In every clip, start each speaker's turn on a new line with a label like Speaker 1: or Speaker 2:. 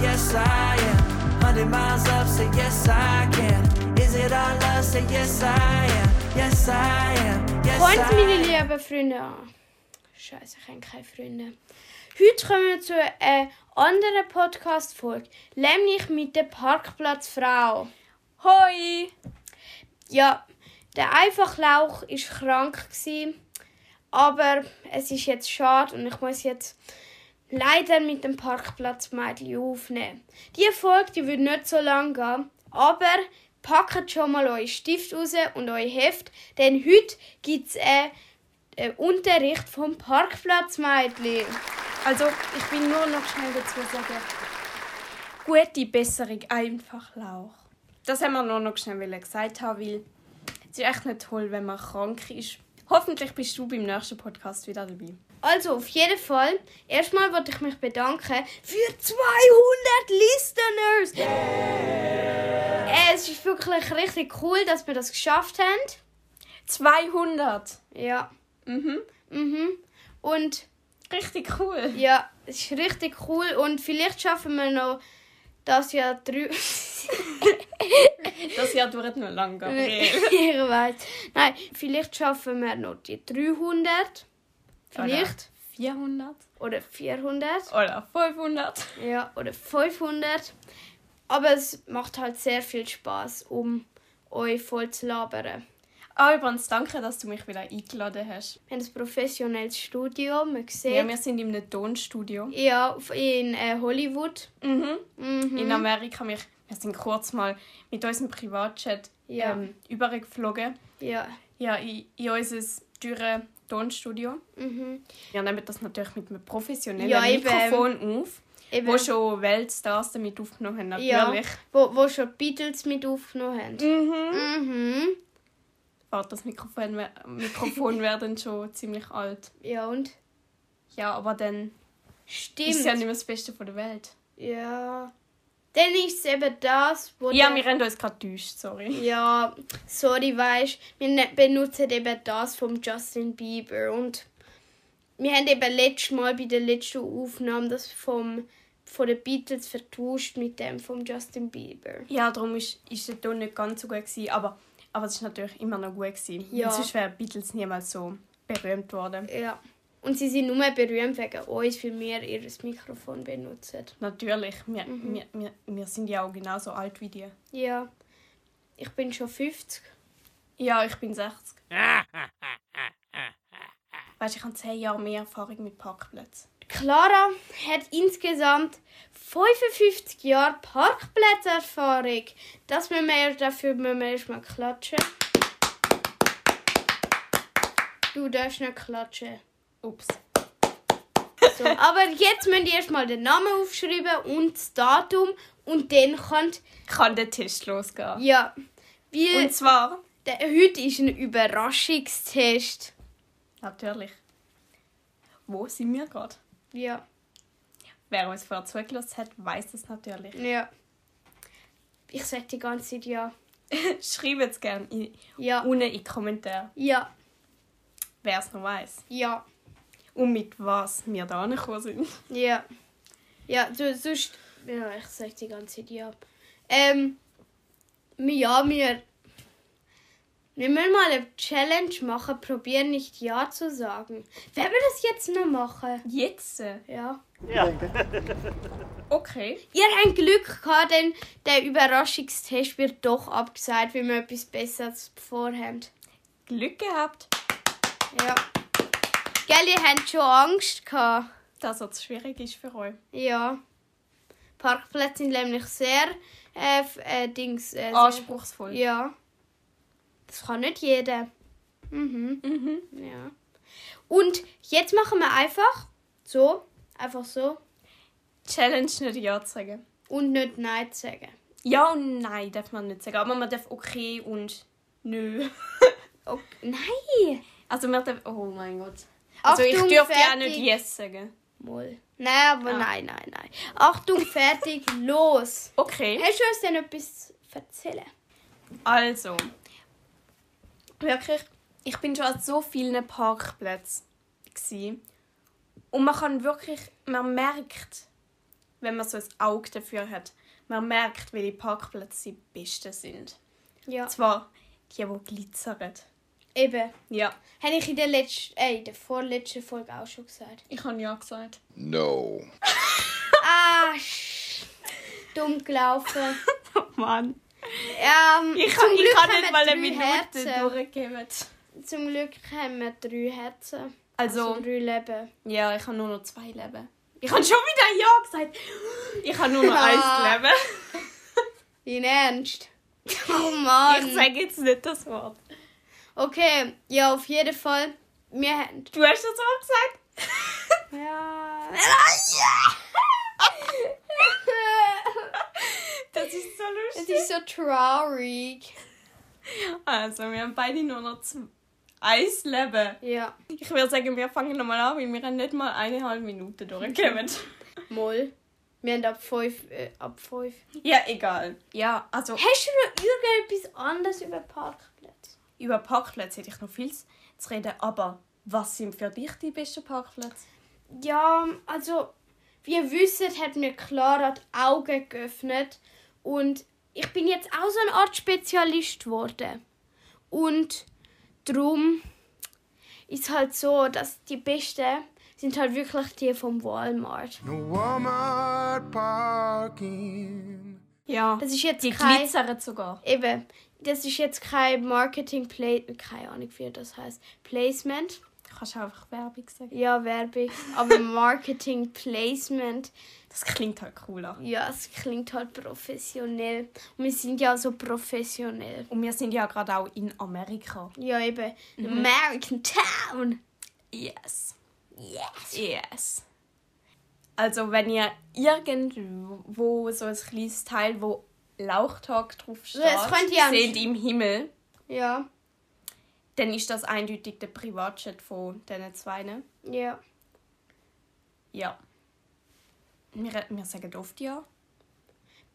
Speaker 1: yes I am. Hundred miles up, say yes I can. Is it all love? Say yes I am. Yes I am. Yes
Speaker 2: Und meine
Speaker 1: I am.
Speaker 2: lieben Freunde. Scheiße, ich habe keine Freunde. Heute kommen wir zu einer anderen Podcast-Folge, nämlich mit der Parkplatzfrau.
Speaker 3: Hoi!
Speaker 2: Ja, der Einfachlauch ist krank gewesen, aber es ist jetzt schade und ich muss jetzt leider mit dem Parkplatzmädchen aufnehmen. Die Folge, die wird nicht so lang gehen, aber packt schon mal euren Stift raus und euer Heft, denn heute gibt es einen, einen Unterricht vom Parkplatzmädchen.
Speaker 3: Also, ich will nur noch schnell dazu sagen, gute Besserung, einfach Lauch. Das haben wir nur noch schnell wollen gesagt haben, weil es ist echt nicht toll, wenn man krank ist. Hoffentlich bist du beim nächsten Podcast wieder dabei.
Speaker 2: Also, auf jeden Fall, erstmal wollte ich mich bedanken für 200 Listeners! Äh, Es ist wirklich richtig cool, dass wir das geschafft haben.
Speaker 3: 200!
Speaker 2: Ja.
Speaker 3: Mhm.
Speaker 2: Mhm. Und
Speaker 3: Richtig cool.
Speaker 2: ja, es ist richtig cool und vielleicht schaffen wir noch das Jahr drü.
Speaker 3: Das Jahr dauert noch lange, Gabriel.
Speaker 2: ich weiß. Nein, vielleicht schaffen wir noch die 300.
Speaker 3: Ah,
Speaker 2: Vielleicht.
Speaker 3: 400?
Speaker 2: Oder 400.
Speaker 3: Oder 500?
Speaker 2: Ja, oder 500. Aber es macht halt sehr viel Spaß, um euch voll zu labern.
Speaker 3: Ah, übrigens, danke, dass du mich wieder eingeladen hast.
Speaker 2: Wir haben ein professionelles Studio, man sieht.
Speaker 3: Ja,
Speaker 2: Ja,
Speaker 3: wir sind in einem Tonstudio.
Speaker 2: auf- in äh, Hollywood.
Speaker 3: Mhm.
Speaker 2: Mhm.
Speaker 3: In Amerika, wir, wir sind kurz mal mit unserem Privatchat
Speaker 2: Ja.
Speaker 3: ähm, übergeflogen.
Speaker 2: Ja.
Speaker 3: Ja, in, in unser teure Tonstudio.
Speaker 2: Mhm.
Speaker 3: Wir nehmen das natürlich mit einem professionellen
Speaker 2: Ja, eben.
Speaker 3: Mikrofon auf,
Speaker 2: Eben,
Speaker 3: wo schon Weltstars damit aufgenommen haben,
Speaker 2: Ja.
Speaker 3: natürlich.
Speaker 2: wo, wo schon die Beatles mit aufgenommen haben.
Speaker 3: Mhm.
Speaker 2: Mhm.
Speaker 3: Warte, das Mikrofon, we- Mikrofon wäre dann schon ziemlich alt.
Speaker 2: Ja, und?
Speaker 3: Ja, aber dann ist
Speaker 2: Stimmt.
Speaker 3: ja
Speaker 2: Ja,
Speaker 3: nicht mehr das Beste von der Welt.
Speaker 2: Dann ist es eben das, wo
Speaker 3: Ja,
Speaker 2: der-
Speaker 3: wir haben uns gerade getäuscht, sorry.
Speaker 2: Ja, sorry, weisst wir ne- benutzen eben das vom Justin Bieber und wir haben eben letztes Mal bei der letzten Aufnahme das vom von den Beatles vertauscht mit dem vom Justin Bieber.
Speaker 3: Ja, darum ist, ist der Ton nicht ganz so gut gewesen, aber, aber es ist natürlich immer noch gut gewesen.
Speaker 2: Ja.
Speaker 3: Ja. Sonst wären die Beatles niemals so berühmt worden.
Speaker 2: Ja. Und sie sind nur berühmt wegen uns, weil wir ihr Mikrofon benutzen.
Speaker 3: Natürlich, wir,
Speaker 2: Mhm.
Speaker 3: wir, wir, wir sind ja auch genauso alt wie die.
Speaker 2: Ja. Ich bin schon 50.
Speaker 3: Ja, ich bin 60. Weißt du, ich habe 10 Jahre mehr Erfahrung mit Parkplätzen.
Speaker 2: Clara hat insgesamt 55 Jahre Parkplatzerfahrung. Das müssen wir erst- dafür müssen wir erstmal klatschen. Du darfst nicht klatschen.
Speaker 3: Ups.
Speaker 2: So, aber jetzt müsst ihr erstmal den Namen aufschreiben und das Datum und dann könnt
Speaker 3: Kann der Tisch losgehen.
Speaker 2: ja, wir,
Speaker 3: Und zwar,
Speaker 2: der, heute ist ein Überraschungstest.
Speaker 3: natürlich, wo sind wir gerade?
Speaker 2: Ja,
Speaker 3: Wer uns vorher zugelassen hat, weiß es natürlich.
Speaker 2: ja. Ich sag die ganze Zeit ja.
Speaker 3: Schreibt es gerne in-
Speaker 2: Ja,
Speaker 3: unten in die Kommentare,
Speaker 2: ja,
Speaker 3: wer es noch weiß.
Speaker 2: ja.
Speaker 3: Und mit was wir da angekommen sind.
Speaker 2: Ja. Ja, du, sonst. Ja, ich sag die ganze Zeit ja. Ähm. mi- Ja, wir. Wir müssen mal eine Challenge machen, probieren nicht Ja zu sagen. Wer will das jetzt noch machen?
Speaker 3: Jetzt? äh,
Speaker 2: Ja.
Speaker 3: Okay.
Speaker 2: Ihr habt Glück gehabt, denn der Überraschungstest wird doch abgesagt, weil wir etwas Besseres vorhaben.
Speaker 3: Glück gehabt,
Speaker 2: Ja. Gell, ihr habt schon Angst gehabt.
Speaker 3: dass es schwierig ist für euch.
Speaker 2: Ja. Parkplätze sind nämlich sehr. Äh, f- äh, Dings. Äh, sehr-
Speaker 3: Anspruchsvoll.
Speaker 2: Ja. Das kann nicht jeder. Mhm.
Speaker 3: Mhm.
Speaker 2: Ja. Und jetzt machen wir einfach so, einfach so
Speaker 3: Challenge nicht Ja zu sagen.
Speaker 2: und nicht Nein zu sagen.
Speaker 3: Ja und nein darf man nicht sagen. Aber man darf okay und nö.
Speaker 2: Okay. Nein!
Speaker 3: Also man darf... Oh mein Gott. Also
Speaker 2: Achtung,
Speaker 3: ich dürfte ja auch
Speaker 2: fertig.
Speaker 3: nicht Yes sagen.
Speaker 2: Moll. Nein, aber
Speaker 3: Ah.
Speaker 2: nein, nein, nein. Achtung, fertig, los!
Speaker 3: Okay.
Speaker 2: Hast du uns denn etwas zu erzählen?
Speaker 3: Also. Wirklich, ich bin schon an so vielen Parkplätzen. Gewesen. Und man kann wirklich... Man merkt, wenn man so ein Auge dafür hat. Man merkt, welche Parkplätze die besten sind.
Speaker 2: Ja.
Speaker 3: Und zwar die, die glitzern.
Speaker 2: Eben.
Speaker 3: Ja,
Speaker 2: Habe ich in der letzten, äh, in der vorletzten Folge auch schon gesagt.
Speaker 3: ich habe ja gesagt.
Speaker 4: No.
Speaker 2: Ah, sch- dumm gelaufen.
Speaker 3: Mann.
Speaker 2: Ähm,
Speaker 3: Ich kann, ich kann
Speaker 2: haben
Speaker 3: nicht
Speaker 2: wir
Speaker 3: mal eine
Speaker 2: drei
Speaker 3: Minute
Speaker 2: Herzen.
Speaker 3: durchgeben.
Speaker 2: Zum Glück haben wir drei Herzen. Also
Speaker 3: Also,
Speaker 2: drei Leben.
Speaker 3: ja, ich habe nur noch zwei Leben. Ich habe schon wieder Ja gesagt. Ich habe nur noch eins Leben.
Speaker 2: In Ernst? Oh Mann.
Speaker 3: Ich sage jetzt nicht das Wort.
Speaker 2: Okay, ja, auf jeden Fall. Wir haben.
Speaker 3: Du hast das Wort gesagt?
Speaker 2: Ja.
Speaker 3: Das ist so
Speaker 2: Es
Speaker 3: lustig.
Speaker 2: ist so traurig.
Speaker 3: Also, wir haben beide nur noch zwei. Eins Leben.
Speaker 2: Ja.
Speaker 3: Ich würde sagen, wir fangen nochmal an, weil wir haben nicht mal eineinhalb Minuten durchgekommen.
Speaker 2: Moll. Wir haben ab 5. Äh, ab 5.
Speaker 3: ja, egal. Ja, also
Speaker 2: Hast du noch irgendetwas anderes über Parkplätze?
Speaker 3: über Parkplätze hätte ich noch viel zu reden, aber was sind für dich die besten Parkplätze?
Speaker 2: Ja, also, wie ihr wisst, hat mir Clara die Augen geöffnet. Und ich bin jetzt auch so eine Art Spezialist geworden. Und drum ist halt so, dass die besten sind halt wirklich die vom Walmart.
Speaker 4: No Walmart parking.
Speaker 3: Ja,
Speaker 2: Das ist jetzt
Speaker 3: die
Speaker 2: kein...
Speaker 3: glitzern sogar.
Speaker 2: Eben, das ist jetzt kein Marketing... Pla keine Ahnung, wie das heißt. Placement.
Speaker 3: Du kannst einfach Werbung sagen.
Speaker 2: Ja, Werbung. Aber Marketing Placement.
Speaker 3: Das klingt halt cooler.
Speaker 2: Ja, es klingt halt professionell. Und wir sind ja so professionell.
Speaker 3: Und wir sind ja gerade auch in Amerika.
Speaker 2: Ja, eben. American Town.
Speaker 3: Yes. Yes. Yes. Also wenn ihr irgendwo so ein kleines Teil, wo Lauchtag drauf steht,
Speaker 2: das könnte ja-
Speaker 3: seht im Himmel,
Speaker 2: Ja,
Speaker 3: dann ist das eindeutig der Privatjet von diesen zwei. ne?
Speaker 2: ja.
Speaker 3: Ja. Wir, wir sagen oft ja.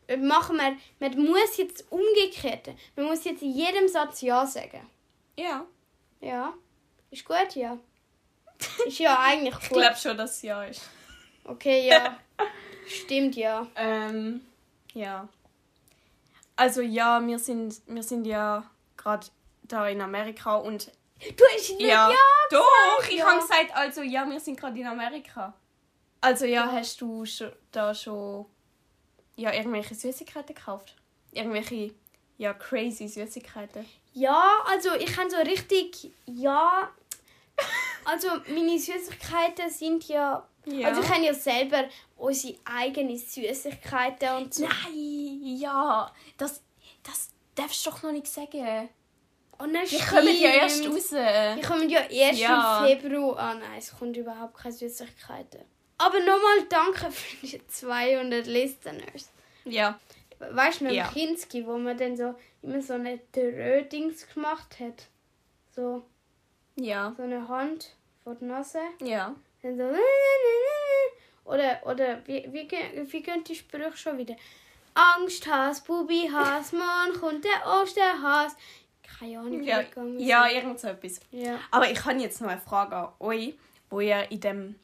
Speaker 2: Äh, Machen wir, man muss jetzt umgekehrt. Man muss jetzt in jedem Satz Ja sagen.
Speaker 3: Ja.
Speaker 2: Ja. Ist gut, ja. Ist ja eigentlich
Speaker 3: Ich
Speaker 2: gut.
Speaker 3: glaube schon, dass es ja ist.
Speaker 2: Okay, ja. Stimmt, ja.
Speaker 3: Ähm, ja. Also ja, wir sind, wir sind ja gerade da in Amerika und
Speaker 2: Du hast nicht Ja,
Speaker 3: doch,
Speaker 2: gesagt,
Speaker 3: ich
Speaker 2: ja.
Speaker 3: habe gesagt, also ja, wir sind gerade in Amerika. Also ja, hast du schon, da schon ja, irgendwelche Süßigkeiten gekauft? Irgendwelche ja, crazy Süßigkeiten?
Speaker 2: Ja, also ich kann so richtig ja. Also meine Süßigkeiten sind ja.
Speaker 3: Ja.
Speaker 2: Also ich habe ja selber unsere eigenen Süßigkeiten und so.
Speaker 3: Nein, ja, das, das darfst du doch noch nicht sagen.
Speaker 2: Und dann
Speaker 3: Wir kommen ja erst
Speaker 2: stimmt.
Speaker 3: raus.
Speaker 2: Wir kommen ja erst
Speaker 3: Ja.
Speaker 2: im Februar an. Nein, es kommt überhaupt keine Süßigkeiten. Aber nochmal danke für die 200 Listeners.
Speaker 3: Ja.
Speaker 2: We- Weißt du noch,
Speaker 3: Ja.
Speaker 2: im Kinski, wo man dann so immer so eine Drödings gemacht hat? So,
Speaker 3: Ja.
Speaker 2: so eine Hand vor die Nase.
Speaker 3: Ja.
Speaker 2: Dann so. Oder, oder wie, wie, gehen- wie gehen die Sprüche schon wieder? Angst, Hass, Bubi, Hass, Mann, kommt der Osterhass. Keine Ahnung, wie
Speaker 3: Ja,
Speaker 2: die gegangen sind.
Speaker 3: ja irgend so etwas.
Speaker 2: ja.
Speaker 3: Aber ich habe jetzt noch eine Frage an euch, wo ihr in dem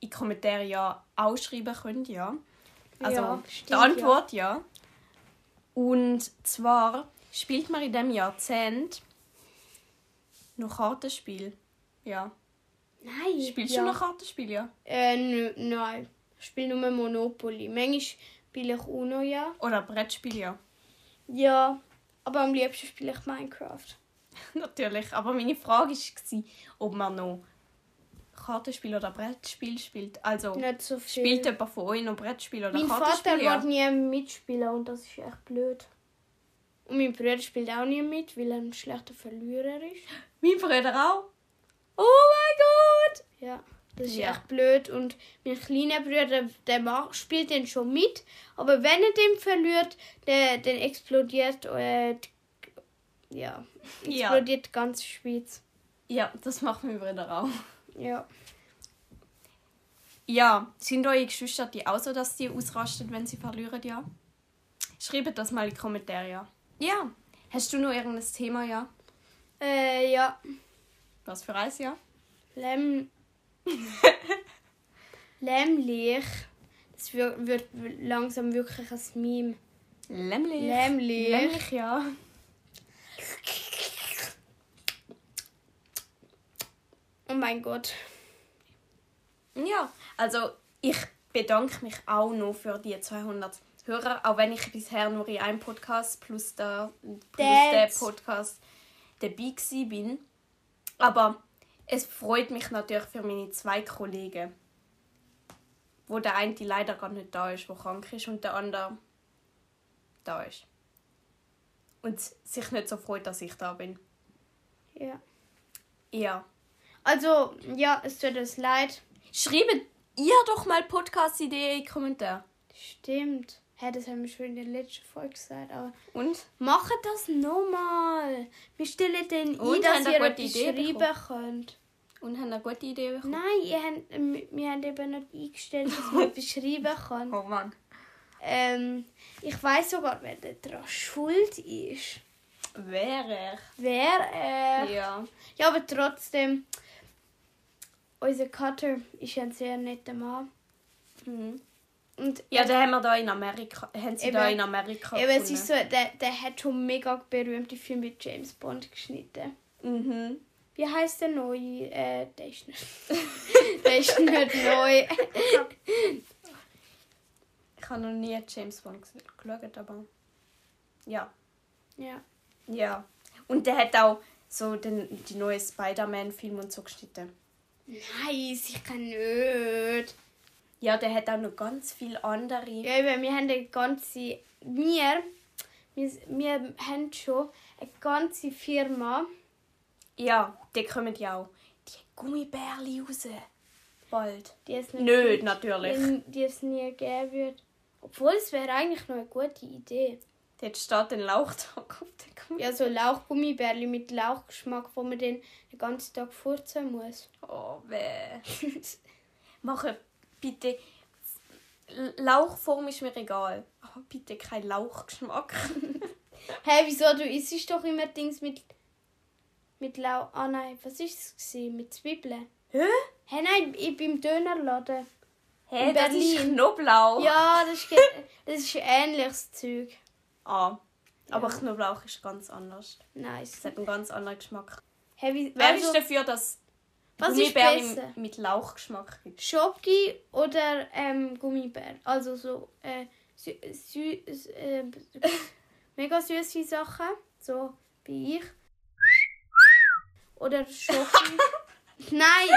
Speaker 3: in die Kommentare ja auch schreiben könnt, ja. Also
Speaker 2: Ja, stimmt,
Speaker 3: die Antwort ja. Und zwar spielt man in dem Jahrzehnt noch Kartenspiel. Ja.
Speaker 2: Nein.
Speaker 3: Spielst
Speaker 2: ja.
Speaker 3: du noch Kartenspiel, ja?
Speaker 2: Äh, nö, nein. Ich spiele nur Monopoly. Manchmal spiele ich Uno, ja.
Speaker 3: Oder Brettspiel, ja.
Speaker 2: Ja. Aber am liebsten spiele ich Minecraft.
Speaker 3: Natürlich. Aber meine Frage war, ob man noch Kartenspiel oder Brettspiel spielt. Also
Speaker 2: Nicht so viel.
Speaker 3: spielt jemand von euch noch Brettspiel oder
Speaker 2: mein Vater
Speaker 3: Kartenspiel? ja?
Speaker 2: wird nie mitspielen und das ist echt blöd. Und mein Bruder spielt auch nie mit, weil er ein schlechter Verlierer ist.
Speaker 3: Mein Bruder auch. Oh mein Gott!
Speaker 2: Ja, das ist
Speaker 3: Ja.
Speaker 2: echt blöd. Und mein kleiner Bruder, der macht, spielt den schon mit. Aber wenn er den verliert, der, dann explodiert. Äh, die- ja,
Speaker 3: Ja.
Speaker 2: explodiert die ganze Schweiz.
Speaker 3: ja, das macht mein Bruder auch.
Speaker 2: Ja.
Speaker 3: Ja, sind eure Geschwister die auch so, dass die ausrasten, wenn sie verlieren, ja? Schreibt das mal in die Kommentare, ja. Ja. Hast du noch irgendein Thema, ja?
Speaker 2: Äh, ja.
Speaker 3: Was für eins, ja?
Speaker 2: Lämm. Lämmlich. Das Es wür- wird langsam wirklich ein Meme.
Speaker 3: Lämmlich.
Speaker 2: Lämmlich.
Speaker 3: Lämmlich, ja.
Speaker 2: Oh mein Gott.
Speaker 3: Ja, also ich bedanke mich auch noch für die 200 Hörer, auch wenn ich bisher nur in einem Podcast plus der, plus der
Speaker 2: Dance.
Speaker 3: Podcast dabei gsi bin. Aber es freut mich natürlich für meine zwei Kollegen, wo der eine leider gar nicht da ist, wo krank ist und der andere da ist. Und sich nicht so freut, dass ich da bin.
Speaker 2: Ja.
Speaker 3: Ja.
Speaker 2: Also, ja, es tut uns leid.
Speaker 3: Schreibt ihr doch mal Podcast-Ideen in die Kommentare.
Speaker 2: Stimmt. Hä, das haben wir schon in der letzten Folge gesagt, aber
Speaker 3: Und?
Speaker 2: Macht das nochmal. Wir stellen den ein,
Speaker 3: Und,
Speaker 2: dass
Speaker 3: habt ihr
Speaker 2: ihr
Speaker 3: gute
Speaker 2: etwas
Speaker 3: Idee
Speaker 2: schreiben könnt.
Speaker 3: Und haben eine gute Idee bekommen?
Speaker 2: Nein, ihr habt, ähm, wir haben eben nicht eingestellt, dass man etwas schreiben kann.
Speaker 3: Oh Mann.
Speaker 2: Ähm, ich weiß sogar, wer daran schuld ist.
Speaker 3: Wäre
Speaker 2: Wer er.
Speaker 3: ich. Ja.
Speaker 2: Ja, aber trotzdem. Unser Cutter ist ein sehr netter Mann.
Speaker 3: Mhm.
Speaker 2: Und
Speaker 3: Ja, den haben wir da in Amerika. Haben sie da
Speaker 2: Eben.
Speaker 3: in Amerika
Speaker 2: eben, es
Speaker 3: gefunden.
Speaker 2: ist so, der, der hat schon mega berühmte Filme mit James Bond geschnitten.
Speaker 3: Mhm.
Speaker 2: Wie heißt der neue? Äh, der ist nicht. der ist nicht neu.
Speaker 3: Ich habe noch nie James Bond ges- geschaut, aber... Ja.
Speaker 2: Ja.
Speaker 3: Ja. Und der hat auch so den, die neuen Spider-Man-Film und so geschnitten.
Speaker 2: Nice, ich kann nicht.
Speaker 3: Ja, der hat auch noch ganz viele andere.
Speaker 2: Ja, eben, wir haben eine ganze. Wir, wir, wir haben schon eine ganze Firma.
Speaker 3: Ja, die kommen ja auch. Die Gummibärli raus. Bald.
Speaker 2: die es
Speaker 3: Nicht,
Speaker 2: gibt,
Speaker 3: natürlich.
Speaker 2: die- Die es nie geben wird. Obwohl, es wäre eigentlich noch eine gute Idee.
Speaker 3: Dort steht ein Lauchtag auf der Gummibärli.
Speaker 2: Ja, so Lauchgummibärli mit Lauchgeschmack, wo man den, den ganzen Tag furzen muss.
Speaker 3: Oh, weh. Mache bitte. Lauchform ist mir egal. Aber bitte kein Lauchgeschmack.
Speaker 2: Hey, wieso? Du isst doch immer Dings mit. mit Lauch. Ah nein, was ist es? Gewesen? Mit Zwiebeln?
Speaker 3: Hä?
Speaker 2: Hey, nein, ich bin im Dönerladen.
Speaker 3: Hä,
Speaker 2: In
Speaker 3: das ist
Speaker 2: Berlin.
Speaker 3: Knoblauch.
Speaker 2: Ja, das ist, ge- das ist ein ähnliches Zeug.
Speaker 3: Ah, aber Knoblauch ist ganz anders. Es
Speaker 2: Nice.
Speaker 3: hat einen ganz anderen Geschmack.
Speaker 2: Hey, wie,
Speaker 3: Wer
Speaker 2: also,
Speaker 3: ist dafür, dass
Speaker 2: was ist besser?
Speaker 3: Gummibärli mit Lauchgeschmack gibt?
Speaker 2: Schoki oder ähm, Gummibär. Also so äh, sü sü s- ähm, mega süße Sachen, so wie ich. Oder Schoki. Nein!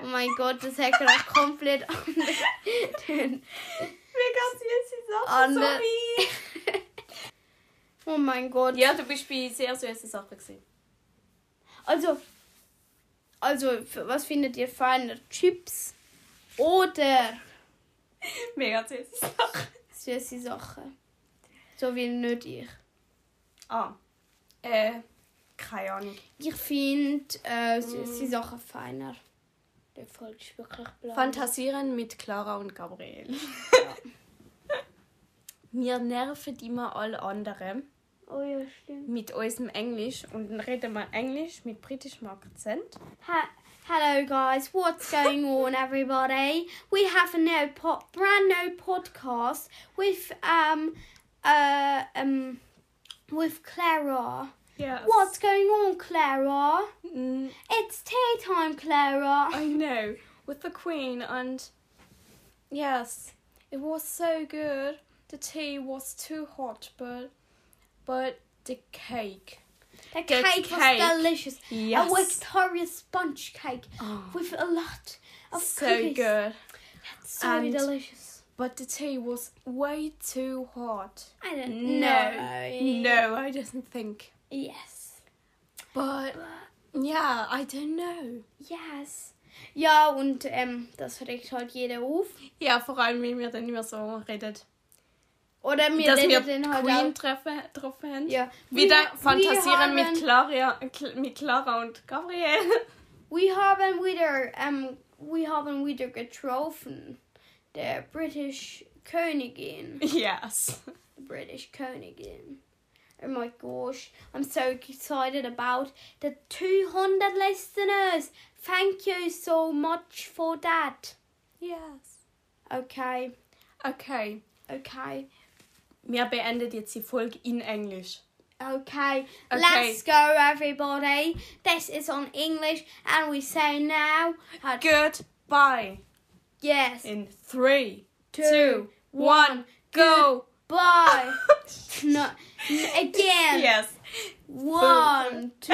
Speaker 2: Oh mein Gott, das hat gerade komplett anders. getönt.
Speaker 3: Mega süße
Speaker 2: Sachen, so Andere- oh mein Gott.
Speaker 3: Ja, du bist bei sehr süßen Sachen. Gewesen.
Speaker 2: Also, also, f- was findet ihr feiner? Chips oder
Speaker 3: Mega süße Sachen.
Speaker 2: süße Sachen? So wie nicht ich.
Speaker 3: Ah, äh, keine Ahnung.
Speaker 2: Ich finde äh,
Speaker 3: Mm.
Speaker 2: süße Sachen feiner. Der Folge ist wirklich blau.
Speaker 3: Fantasieren mit Clara und Gabriel. Wir nerven immer alle anderen
Speaker 2: oh ja, stimmt.
Speaker 3: mit unserem Englisch und dann reden wir Englisch mit britischem Akzent.
Speaker 2: Ha Hello guys, what's going on everybody? We have a new po brand new podcast with um uh um with Clara.
Speaker 3: Yes.
Speaker 2: What's going on, Clara?
Speaker 3: Mm,
Speaker 2: It's tea time, Clara.
Speaker 3: I know. With the Queen and yes, it was so good. The tea was too hot, but but the cake.
Speaker 2: The
Speaker 3: Good
Speaker 2: cake
Speaker 3: cake.
Speaker 2: was delicious.
Speaker 3: Yes. Oh,
Speaker 2: A Victoria sponge cake with a lot of
Speaker 3: so
Speaker 2: cookies.
Speaker 3: good.
Speaker 2: So
Speaker 3: And-
Speaker 2: delicious.
Speaker 3: But the tea was way too hot.
Speaker 2: I don't
Speaker 3: No,
Speaker 2: know.
Speaker 3: no, I don't think.
Speaker 2: Yes.
Speaker 3: But yeah, I don't know.
Speaker 2: Yes. Ja, und ähm, das regt halt jeder auf.
Speaker 3: Ja, vor allem, wenn wir dann immer so redet.
Speaker 2: Oder wir
Speaker 3: Dass wir
Speaker 2: reden den halt
Speaker 3: Queen
Speaker 2: auch.
Speaker 3: treffen, getroffen haben.
Speaker 2: Ja.
Speaker 3: Wieder
Speaker 2: Wir-
Speaker 3: fantasieren
Speaker 2: wir
Speaker 3: mit Clara, Cl- mit Clara und Gabriel.
Speaker 2: Wir haben wieder, ähm, wir haben wieder getroffen. Der British Königin.
Speaker 3: yes.
Speaker 2: The British Königin. Oh my gosh. I'm so excited about the 200 listeners. Thank you so much for that.
Speaker 3: Yes.
Speaker 2: Okay.
Speaker 3: Okay.
Speaker 2: Okay.
Speaker 3: Wir beenden jetzt die Folge in Englisch.
Speaker 2: Okay. Let's go, everybody. This is on English, and we say now. uh,
Speaker 3: Goodbye.
Speaker 2: yes.
Speaker 3: In three, two,
Speaker 2: Two, one,
Speaker 3: one, go.
Speaker 2: Bye. no, n- again.
Speaker 3: Yes.
Speaker 2: One, two,